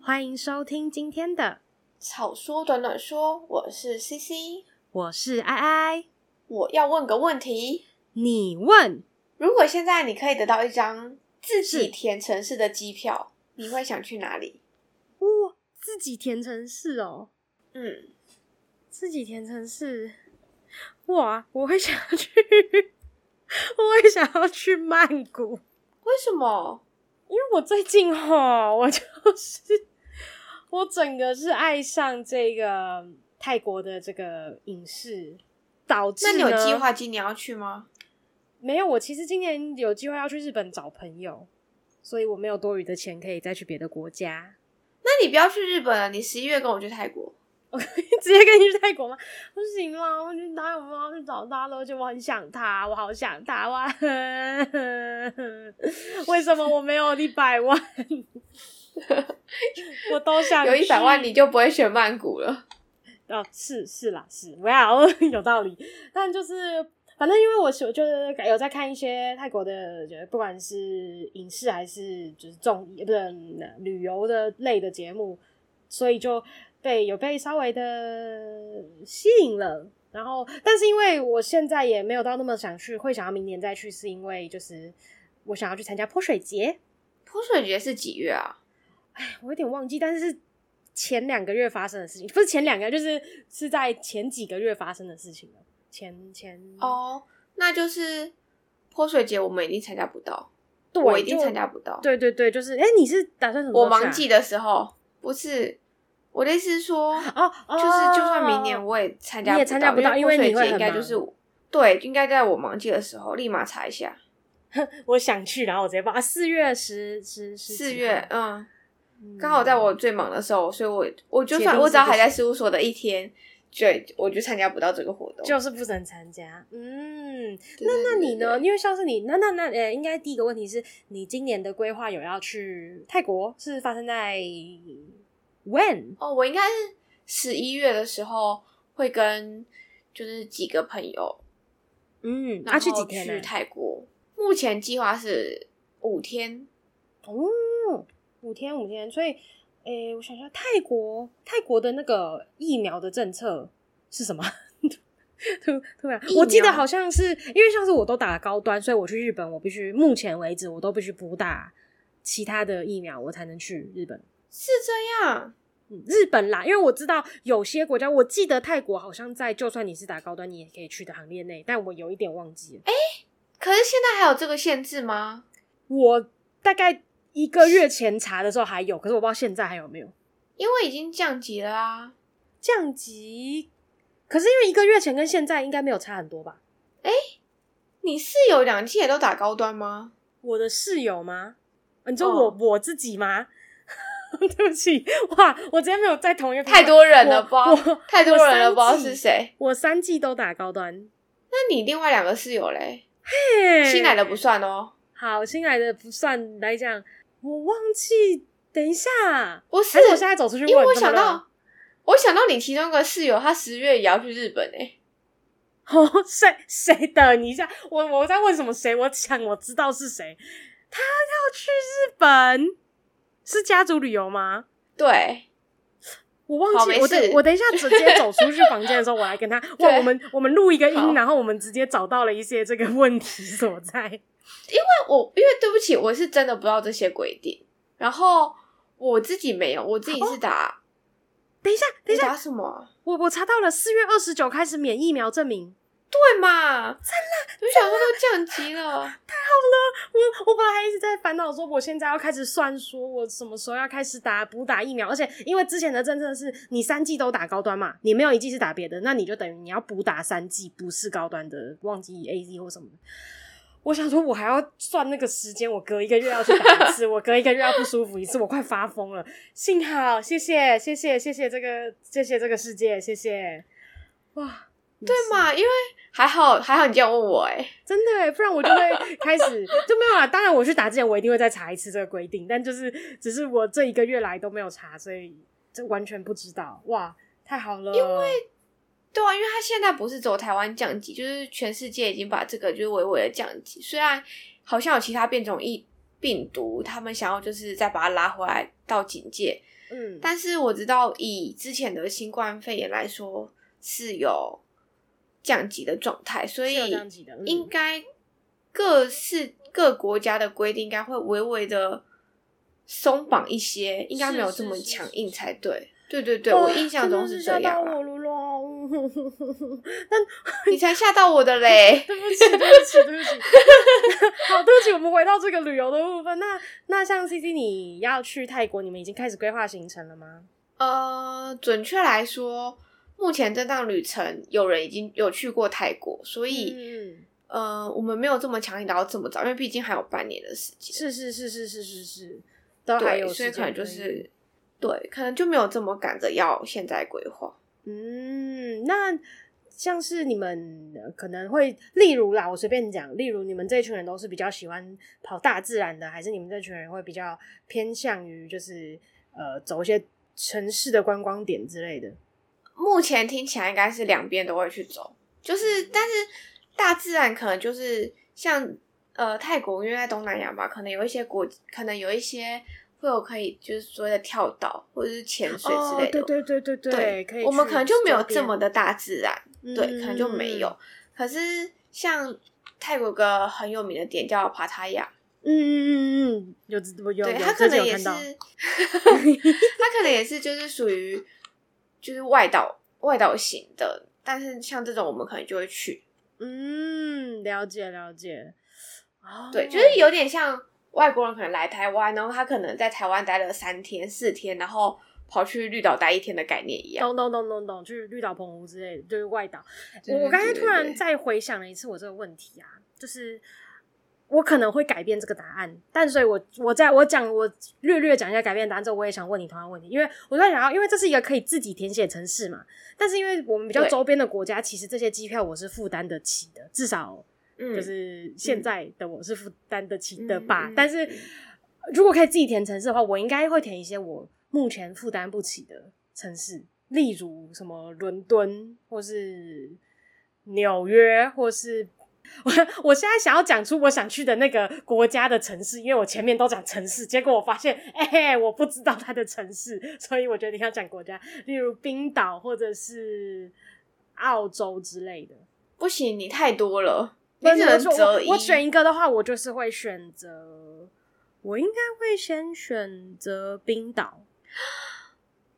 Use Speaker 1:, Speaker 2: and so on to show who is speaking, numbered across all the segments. Speaker 1: 欢迎收听今天的，
Speaker 2: 草说短短说，我是 C C，
Speaker 1: 我是爱爱，
Speaker 2: 我要问个问题：
Speaker 1: 你问
Speaker 2: 如果现在你可以得到一张自己
Speaker 1: 是
Speaker 2: 填城市的机票，你会想去哪里？
Speaker 1: 哇，自己填城市哦，
Speaker 2: 嗯，
Speaker 1: 自己填城市，哇，我会想要去， 我会想要去曼谷。
Speaker 2: 为什么？
Speaker 1: 因为我最近哈，我就是我整个是爱上这个泰国的这个影视，导致
Speaker 2: 那你有
Speaker 1: 呢
Speaker 2: 计划今年要去吗？
Speaker 1: 没有？我其实今年有机会要去日本找朋友，所以我没有多余的钱可以再去别的国家。
Speaker 2: 那你不要去日本了，你十一月跟我去泰国。
Speaker 1: 直接跟你去泰国吗？不行啦，我去哪有办法去找他了？而且我很想他，我好想他哇！ 为什么我没有一百万？ 我都想
Speaker 2: 有一百万，
Speaker 1: 去
Speaker 2: 你就不会选曼谷了。
Speaker 1: 哦，是是啦，是，哇哦， 有道理。但就是，反正因为我是我就是有在看一些泰国的，就是不管是影视还是就是综艺，不是嗯旅游的类的节目，所以就被有被稍微的吸引了。然后，但是因为我现在也没有到那么想去，会想要明年再去，是因为就是我想要去参加泼水节，
Speaker 2: 泼水节是几月啊？
Speaker 1: 我有点忘记，但是是前两个月发生的事情，不是前两个，就是是在前几个月发生的事情了。前前，
Speaker 2: 哦，那就是泼水节，我们一定参加不到，
Speaker 1: 对，
Speaker 2: 我一定
Speaker 1: 就
Speaker 2: 参加。不到。
Speaker 1: 对对对，就是，哎、你是打算什么时候
Speaker 2: 我
Speaker 1: 去啊？
Speaker 2: 忙季的时候，不是我的意思是说，
Speaker 1: 哦，哦
Speaker 2: 就是就算明年我也参加
Speaker 1: 你也参加不
Speaker 2: 不
Speaker 1: 到
Speaker 2: 到，
Speaker 1: 因为
Speaker 2: 泼
Speaker 1: 你
Speaker 2: 水
Speaker 1: 会
Speaker 2: 节应
Speaker 1: 很
Speaker 2: 该
Speaker 1: 忙
Speaker 2: 就是我对，应该在我忙季的时候立马查一下。
Speaker 1: 我想去，然后我直接报啊，四月十十十
Speaker 2: 四
Speaker 1: 几
Speaker 2: 月
Speaker 1: 号，，
Speaker 2: 嗯，
Speaker 1: 嗯
Speaker 2: 刚好在我最忙的时候，所以我我就
Speaker 1: 决
Speaker 2: 算
Speaker 1: 定
Speaker 2: 我
Speaker 1: 是
Speaker 2: 只要
Speaker 1: 不
Speaker 2: 还在
Speaker 1: 行
Speaker 2: 事务所的一天，对，我就参加不到这个活动。
Speaker 1: 就是不能参加。嗯，
Speaker 2: 对对
Speaker 1: 那
Speaker 2: 对
Speaker 1: 你呢？？因为像是你，那那那，呃，应该第一个问题是你今年的规划有要去泰国，是发生在 when？
Speaker 2: 哦，我应该是十一月的时候会跟就是几个朋友，
Speaker 1: 嗯，
Speaker 2: 然
Speaker 1: 啊，
Speaker 2: 后
Speaker 1: 去几天呢、
Speaker 2: 去泰国。目前计划是五天，
Speaker 1: 哦，五天五天，所以，诶，我想一下，泰国泰国的那个疫苗的政策是什么？ 突突然
Speaker 2: 疫，苗
Speaker 1: 我记得好像是因为上次我都打高端，所以我去日本，我必须目前为止我都必须补打其他的疫苗，我才能去日本。
Speaker 2: 是这样。
Speaker 1: 嗯日本啦，因为我知道有些国家，我记得泰国好像在，就算你是打高端，你也可以去的行列内，但我有一点忘记了。
Speaker 2: 可是现在还有这个限制吗？
Speaker 1: 我大概一个月前查的时候还有，可是我不知道现在还有没有。
Speaker 2: 因为已经降级了啊。
Speaker 1: 降级，可是因为一个月前跟现在应该没有差很多吧？
Speaker 2: 你室友两季也都打高端吗？
Speaker 1: 我的室友吗？啊你说我、
Speaker 2: 哦
Speaker 1: 我自己吗？ 对不起，哇，我今天没有在同一个频道
Speaker 2: 太多人了吧
Speaker 1: 我我，
Speaker 2: 太多人了
Speaker 1: 我
Speaker 2: 吧，不
Speaker 1: 三
Speaker 2: 知
Speaker 1: 季
Speaker 2: 道是谁？
Speaker 1: 我三季都打高 端，
Speaker 2: 那你另外两个室友嘞？
Speaker 1: 嘿
Speaker 2: 新来的不算哦。
Speaker 1: 好，新来的不算来讲，我忘记。等一下，
Speaker 2: 不是
Speaker 1: 还，是我现在走出去问
Speaker 2: 因为我
Speaker 1: 他们
Speaker 2: 想
Speaker 1: 了
Speaker 2: 到，我想到你其中一个室友，他十月也要去日本欸诶、
Speaker 1: 哦， 谁谁等一下，我我在问什么谁？我想我知道是谁，他要去日本，是家族旅游吗？
Speaker 2: 对，
Speaker 1: 我
Speaker 2: 好
Speaker 1: 忘记，
Speaker 2: 没
Speaker 1: 我等
Speaker 2: 事
Speaker 1: 我等一下直接走出去房间的时候，我来跟 他哇，
Speaker 2: 对
Speaker 1: 我们我们录一个音，
Speaker 2: 好
Speaker 1: 然后我们直接找到了一些这个问题所在。
Speaker 2: 但我因为对不起，我是真的不知道这些规定。然后我自己没有，我自己是打，
Speaker 1: 等一下，等
Speaker 2: 你
Speaker 1: 一下，
Speaker 2: 打什么啊？
Speaker 1: 我我查到了，四月二十九开始免疫苗证明。
Speaker 2: 对嘛？真的，我就想说都降级了。
Speaker 1: 嗯我我本来还一直在烦恼说，我现在要开始算说，我什么时候要开始打补打疫苗？而且因为之前的政策是你三剂都打高端嘛，你没有一剂是打别的，那你就等于你要补打三剂不是高端的，忘记 A Z 或什么的。我想说，我还要算那个时间，我隔一个月要去打一次，我隔一个月要不舒服一次，我快发疯了。幸好，谢谢，谢谢，谢谢这个，谢谢这个世界，谢谢。哇，对
Speaker 2: 对嘛？因为还好还好，你这样问我诶、
Speaker 1: 真的欸，不然我就会开始就没有啦。当然，我去打之前我一定会再查一次这个规定，但就是只是我这一个月来都没有查，所以这完全不知道。哇，太好了！因为
Speaker 2: 对啊，因为他现在不是走台湾降级，就是全世界已经把这个就是微微的降级。虽然好像有其他变种疫病毒，他们想要就是再把它拉回来到警戒，
Speaker 1: 嗯，
Speaker 2: 但是我知道以之前的新冠肺炎来说是有降级的状态，所
Speaker 1: 是有
Speaker 2: 以
Speaker 1: 这样级的，嗯
Speaker 2: 应该各是各国家的规定应该会微微的松绑一些，应该没有这么
Speaker 1: 是是
Speaker 2: 强硬才对。对对对，
Speaker 1: 哇
Speaker 2: 我印象中
Speaker 1: 真的是
Speaker 2: 这样啊
Speaker 1: 吓到
Speaker 2: 啦。
Speaker 1: 我了咯 但
Speaker 2: 你才吓到我的嘞！
Speaker 1: 对不起，对不起，对不起。 好，对不起，我们回到这个旅游的部分。那那像 C C，你要去泰国，你们已经开始规划行程了吗？
Speaker 2: 呃，准确来说，目前这趟旅程有人已经有去过泰国，所以、
Speaker 1: 嗯，
Speaker 2: 呃，我们没有这么强硬到要这么早，因为毕竟还有半年的时间。
Speaker 1: 是是是是是是是，都还
Speaker 2: 对，
Speaker 1: 有
Speaker 2: 所以
Speaker 1: 时
Speaker 2: 可
Speaker 1: 间
Speaker 2: 能就
Speaker 1: 可以
Speaker 2: 是对，可能就没有这么赶着要现在规划。
Speaker 1: 嗯，那像是你们呃可能会，例如啦，我随便讲，例如你们这群人都是比较喜欢跑大自然的，还是你们这群人会比较偏向于就是呃走一些城市的观光点之类的？
Speaker 2: 目前听起来应该是两边都会去走，就是
Speaker 1: 嗯
Speaker 2: 但是大自然可能就是像呃泰国，因为在东南亚嘛，可能有一些国，可能有一些会有可以就是所谓的跳岛或者是潜水之类的。
Speaker 1: 哦、对对对对
Speaker 2: 对
Speaker 1: 可以去周边。
Speaker 2: 我们可能就没有这么的大自然，
Speaker 1: 嗯，
Speaker 2: 对，可能就没有。可是像泰国有个很有名的点叫帕塔亚，
Speaker 1: 嗯。嗯嗯嗯嗯，有我有，
Speaker 2: 对
Speaker 1: 有
Speaker 2: 他可
Speaker 1: 这集有
Speaker 2: 能也
Speaker 1: 看
Speaker 2: 是，
Speaker 1: 到
Speaker 2: 他可能也是就是属于就是外岛外岛型的，但是像这种我们可能就会去，
Speaker 1: 嗯，了解了解。哦，
Speaker 2: 对，就是有点像外国人可能来台湾，然后他可能在台湾待了三天四天，然后跑去绿岛待一天的概念一样。
Speaker 1: 懂懂懂懂懂，去绿岛、澎湖之类的，就是外岛。
Speaker 2: 对
Speaker 1: 我我刚才
Speaker 2: 对对
Speaker 1: 突然
Speaker 2: 对
Speaker 1: 再回想了一次我这个问题啊，就是我可能会改变这个答案，但所以我我在我讲我略略讲一下改变答案之后，我也想问你同样的问题，因为我在想要，因为这是一个可以自己填写城市嘛，但是因为我们比较
Speaker 2: 对
Speaker 1: 周边的国家，其实这些机票我是负担得起的，至少
Speaker 2: 嗯，
Speaker 1: 就是现在的我是负担得起的
Speaker 2: 嗯
Speaker 1: 吧。
Speaker 2: 嗯
Speaker 1: 但是
Speaker 2: 嗯
Speaker 1: 如果可以自己填城市的话，我应该会填一些我目前负担不起的城市，例如什么伦敦或是纽约，或是。我我现在想要讲出我想去的那个国家的城市，因为我前面都讲城市，结果我发现，哎、我不知道它的城市，所以我决定要讲国家，例如冰岛或者是澳洲之类的。
Speaker 2: 不行，你太多了，你
Speaker 1: 不是
Speaker 2: 只
Speaker 1: 我
Speaker 2: 能
Speaker 1: 说
Speaker 2: 择一。
Speaker 1: 我我选一个的话，我就是会选择，我应该会先选择冰岛。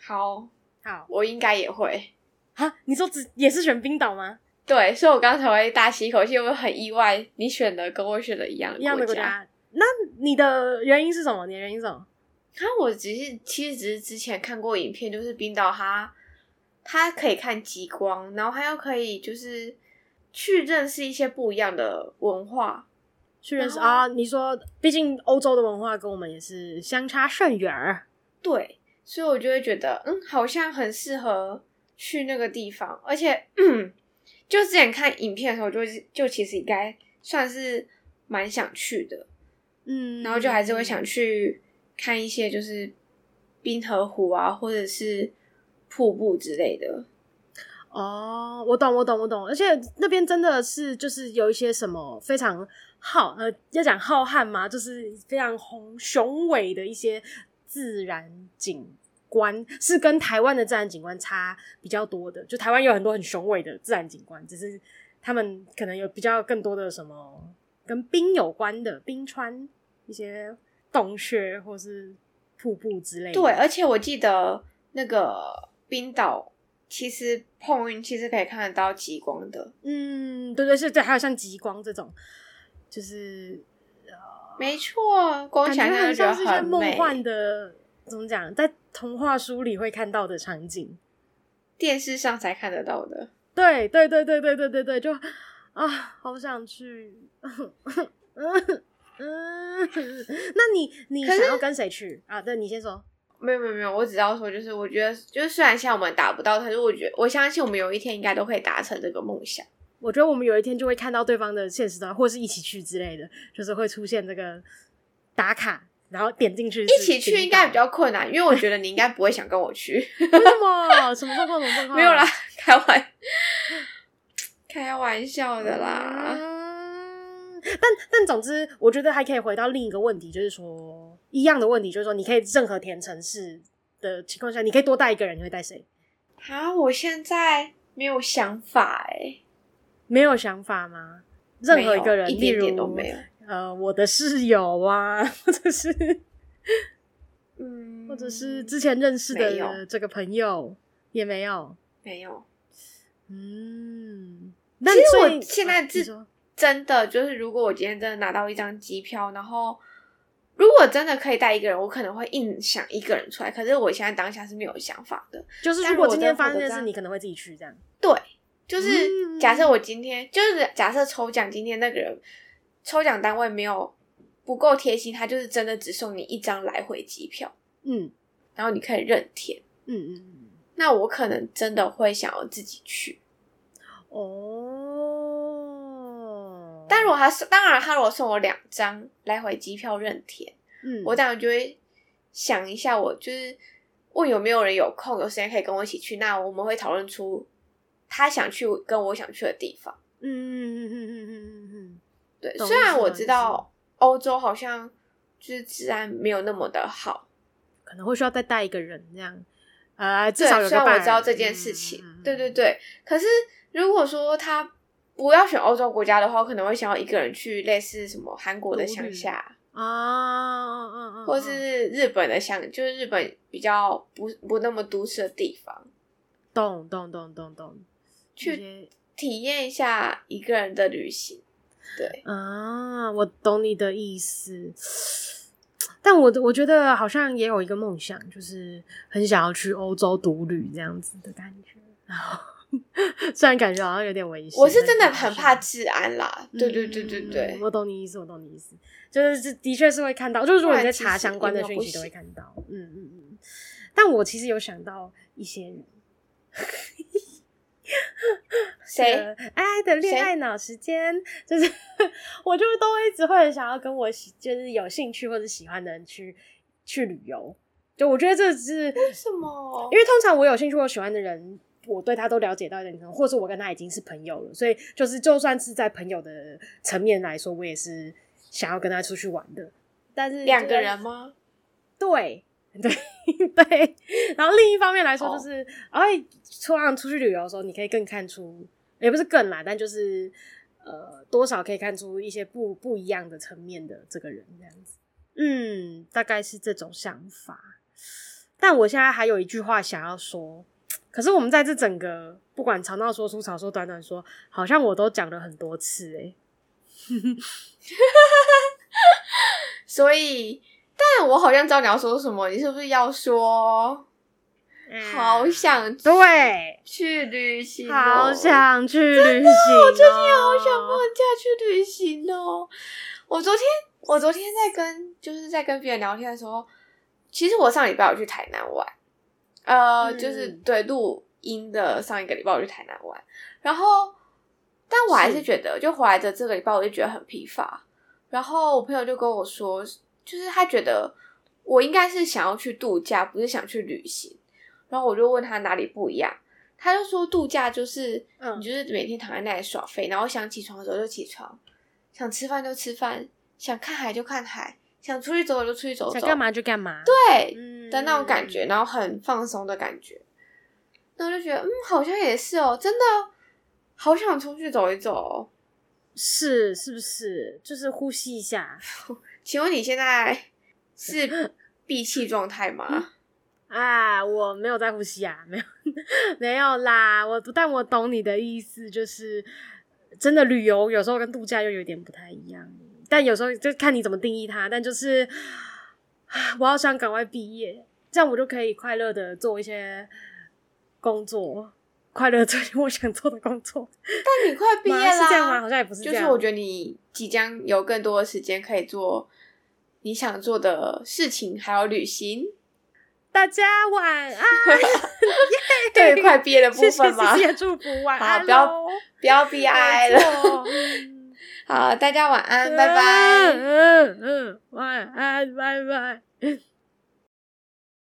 Speaker 2: 好，
Speaker 1: 好
Speaker 2: 我应该也会。
Speaker 1: 啊，你说只也是选冰岛吗？
Speaker 2: 对，所以我刚才会大吸一口气，我很意外，你选的跟我选的一样
Speaker 1: 一样的
Speaker 2: 国
Speaker 1: 国。家。那你的原因是什么？你的原因是什么？
Speaker 2: 然后我只是其实只是之前看过影片，就是冰岛它它可以看极光，然后它又可以就是去认识一些不一样的文化。
Speaker 1: 去认识
Speaker 2: 然后
Speaker 1: 啊？你说，毕竟欧洲的文化跟我们也是相差甚远儿。
Speaker 2: 对，所以我就会觉得，嗯，好像很适合去那个地方，而且， 嗯，就之前看影片的时候就，就就其实应该算是蛮想去的。
Speaker 1: 嗯，
Speaker 2: 然后就还是会想去看一些就是冰河湖啊，或者是瀑布之类的。
Speaker 1: 哦，我懂，我懂，我懂。而且那边真的是就是有一些什么非常浩呃，要讲浩瀚嘛，就是非常宏雄伟的一些自然景观，是跟台湾的自然景观差比较多的。就台湾有很多很雄伟的自然景观，只是他们可能有比较更多的什么跟冰有关的冰川、一些洞穴或是瀑布之类的。
Speaker 2: 对，而且我记得那个冰岛其实碰运气是可以看得到极光的，
Speaker 1: 嗯，对对是，对，还有像极光这种，就是
Speaker 2: 没错，光
Speaker 1: 感
Speaker 2: 想象
Speaker 1: 很
Speaker 2: 就觉
Speaker 1: 像
Speaker 2: 得
Speaker 1: 是一些
Speaker 2: 很
Speaker 1: 梦
Speaker 2: 美。
Speaker 1: 幻的，怎么讲，在童话书里会看到的场景。
Speaker 2: 电视上才看得到的。
Speaker 1: 对对对对对对对对，就啊，好想去。 嗯，那你你
Speaker 2: 可
Speaker 1: 想
Speaker 2: 是
Speaker 1: 要跟谁去啊？对，你先说。
Speaker 2: 没有没有没有，我只要说，就是我觉得，就是虽然现在我们达不到，但是我觉得我相信我们有一天应该都可以达成这个梦想。
Speaker 1: 我觉得我们有一天就会看到对方的现实的，或是一起去之类的，就是会出现这个打卡，然后点进去
Speaker 2: 一
Speaker 1: 是
Speaker 2: 起去
Speaker 1: 冰
Speaker 2: 应该
Speaker 1: 岛
Speaker 2: 比较困难，因为我觉得你应该不会想跟我 去。
Speaker 1: 为什么？什么状况？什么状况？
Speaker 2: 没有啦，开玩开玩笑的啦。
Speaker 1: 嗯但但总之，我觉得还可以回到另一个问题，就是说一样的问题，就是说你可以任何填城市的情况下，你可以多带一个人，你会带谁？
Speaker 2: 啊，我现在没有想法哎、
Speaker 1: 没有想法吗？任何一个人，
Speaker 2: 没有
Speaker 1: 例
Speaker 2: 一点
Speaker 1: 如
Speaker 2: 点都没有。
Speaker 1: 呃，我的室友啊，或者 是
Speaker 2: 嗯，
Speaker 1: 或者是之前认识
Speaker 2: 没有
Speaker 1: 的这个朋友也没有。
Speaker 2: 没有。
Speaker 1: 嗯，
Speaker 2: 其实
Speaker 1: 所
Speaker 2: 我
Speaker 1: 以
Speaker 2: 现在
Speaker 1: 啊
Speaker 2: 自
Speaker 1: 你说
Speaker 2: 真的就是，如果我今天真的拿到一张机票，然后如果真的可以带一个人，我可能会硬想一个人出来。可是我现在当下是没有想法的，
Speaker 1: 就是
Speaker 2: 但
Speaker 1: 如
Speaker 2: 如果
Speaker 1: 果今天
Speaker 2: 真的
Speaker 1: 发生
Speaker 2: 获
Speaker 1: 这
Speaker 2: 得这
Speaker 1: 件事，
Speaker 2: 样
Speaker 1: 你可能会自己去这样。
Speaker 2: 就是
Speaker 1: 嗯
Speaker 2: 假设我今天就是假设抽奖，今天那个人抽奖单位没有不够贴心，他就是真的只送你一张来回机票，
Speaker 1: 嗯
Speaker 2: 然后你可以任填。
Speaker 1: 嗯嗯嗯，
Speaker 2: 那我可能真的会想要自己去，
Speaker 1: 哦，
Speaker 2: 但如果他送，当然他如果送我两张来回机票任填，
Speaker 1: 嗯，
Speaker 2: 我当然就会想一下我，就是问有没有人有空有时间可以跟我一起去。那我们会讨论出他想去跟我想去的地方。
Speaker 1: 嗯嗯嗯嗯嗯嗯嗯
Speaker 2: 对，
Speaker 1: 懂
Speaker 2: 虽
Speaker 1: 意
Speaker 2: 然
Speaker 1: 思
Speaker 2: 我
Speaker 1: 懂意
Speaker 2: 知
Speaker 1: 思
Speaker 2: 道欧洲好像就是治安没有那么的好，
Speaker 1: 嗯，可能会需要再带一个人这样，呃，至
Speaker 2: 对，
Speaker 1: 少有
Speaker 2: 虽
Speaker 1: 个
Speaker 2: 然
Speaker 1: 伴
Speaker 2: 我
Speaker 1: 儿。
Speaker 2: 知道这件事情，
Speaker 1: 嗯
Speaker 2: 对对，对。可是如果说他不要选欧洲国家的话，我可能会想要一个人去类似什么韩国的
Speaker 1: 独
Speaker 2: 乡
Speaker 1: 旅
Speaker 2: 下，
Speaker 1: 啊，嗯嗯嗯，
Speaker 2: 或
Speaker 1: 嗯
Speaker 2: 是日本的乡，就是日本比较不不那么都市的地方。
Speaker 1: 懂懂懂懂懂，
Speaker 2: 去
Speaker 1: 一些
Speaker 2: 体验一下一个人的旅行。对，
Speaker 1: 啊，我懂你的意思。但我我觉得好像也有一个梦想，就是很想要去欧洲独旅这样子的感觉。然后虽然感觉好像有点危险，
Speaker 2: 我是
Speaker 1: 但
Speaker 2: 真的
Speaker 1: 好像
Speaker 2: 很怕治安啦。对对对对
Speaker 1: 嗯
Speaker 2: 对，
Speaker 1: 我懂你意思，我懂你意思，就是这的确是会看到，就是如果你
Speaker 2: 不
Speaker 1: 在
Speaker 2: 然其
Speaker 1: 查
Speaker 2: 实
Speaker 1: 相关的
Speaker 2: 也没有
Speaker 1: 讯
Speaker 2: 不
Speaker 1: 息都会
Speaker 2: 行
Speaker 1: 看到。嗯嗯嗯。但我其实有想到一些人，
Speaker 2: 谁？
Speaker 1: 呃爱的恋爱脑时间，就是我就是都一直会想要跟我喜，就是有兴趣或者喜欢的人去去旅游。就我觉得这是
Speaker 2: 为什么
Speaker 1: 因？为通常我有兴趣或喜欢的人，我对他都了解到一点程度，或是我跟他已经是朋友了，所以就是就算是在朋友的层面来说，我也是想要跟他出去玩的。但是
Speaker 2: 两
Speaker 1: 就
Speaker 2: 个
Speaker 1: 是
Speaker 2: 人吗？
Speaker 1: 对对 对，然后另一方面来说，
Speaker 2: 哦
Speaker 1: 就是哎，突然出去旅游的时候，你可以更看出，也不是更啦，但就是呃，多少可以看出一些不不一样的层面的这个人这样子。嗯，大概是这种想法。但我现在还有一句话想要说，可是我们在这整个不管长道说书、长说短短说，好像我都讲了很多次哎、
Speaker 2: 所以，但我好像知道你要说什么。你是不是要说
Speaker 1: 嗯
Speaker 2: 好想
Speaker 1: 对，
Speaker 2: 去旅行、哦？
Speaker 1: 好想去旅行、我最近
Speaker 2: 好想
Speaker 1: 啊
Speaker 2: 放假去旅行哦！我昨天我昨天在跟就是在跟别人聊天的时候，其实我上礼拜有去台南玩，呃，
Speaker 1: 嗯
Speaker 2: 就是对录音的上一个礼拜我去台南玩，然后但我还是
Speaker 1: 是
Speaker 2: 觉得就回来的这个礼拜我就觉得很疲乏，然后我朋友就跟我说，就是他觉得我应该是想要去度假，不是想去旅行，然后我就问他哪里不一样。他就说度假就是，
Speaker 1: 嗯
Speaker 2: 你就是每天躺在那里耍废，然后想起床的时候就起床，想吃饭就吃饭，想看海就看海，想出去走走就出去走走，
Speaker 1: 想干？嘛就干嘛，嗯
Speaker 2: 对
Speaker 1: 对
Speaker 2: 的那种感觉，。然后很放松的感觉。那我就觉得，嗯，好像也是哦，真的好想出去走一走哦。
Speaker 1: 是是不是？就是呼吸一下
Speaker 2: 请问你现在 是闭气状态
Speaker 1: 嗯
Speaker 2: 吗？
Speaker 1: 啊！我没有在呼吸啊，没有 没有啦。我但我懂你的意思，就是真的旅游有时候跟度假又有点不太一样，但有时候就看你怎么定义它。但就是啊我好想赶快毕业，这样我就可以快乐的做一些工作，快乐地做一些我想做的工作。
Speaker 2: 但你快毕业
Speaker 1: 吗
Speaker 2: 啦，
Speaker 1: 是这样吗？好像也不是这
Speaker 2: 就
Speaker 1: 样。
Speaker 2: 是我觉得你即将有更多的时间可以做你想做的事情，还有 旅行。
Speaker 1: 大家晚安。
Speaker 2: 对于快毕业的
Speaker 1: 谢
Speaker 2: 部
Speaker 1: 谢
Speaker 2: 分
Speaker 1: 谢
Speaker 2: 吗？
Speaker 1: 谢祝福，晚
Speaker 2: 好
Speaker 1: 安
Speaker 2: 不要
Speaker 1: 喽
Speaker 2: 不要悲哀
Speaker 1: 没
Speaker 2: 了。 嗯
Speaker 1: 错嗯
Speaker 2: 好，大家晚安，拜拜。
Speaker 1: 嗯嗯嗯，晚安，拜拜。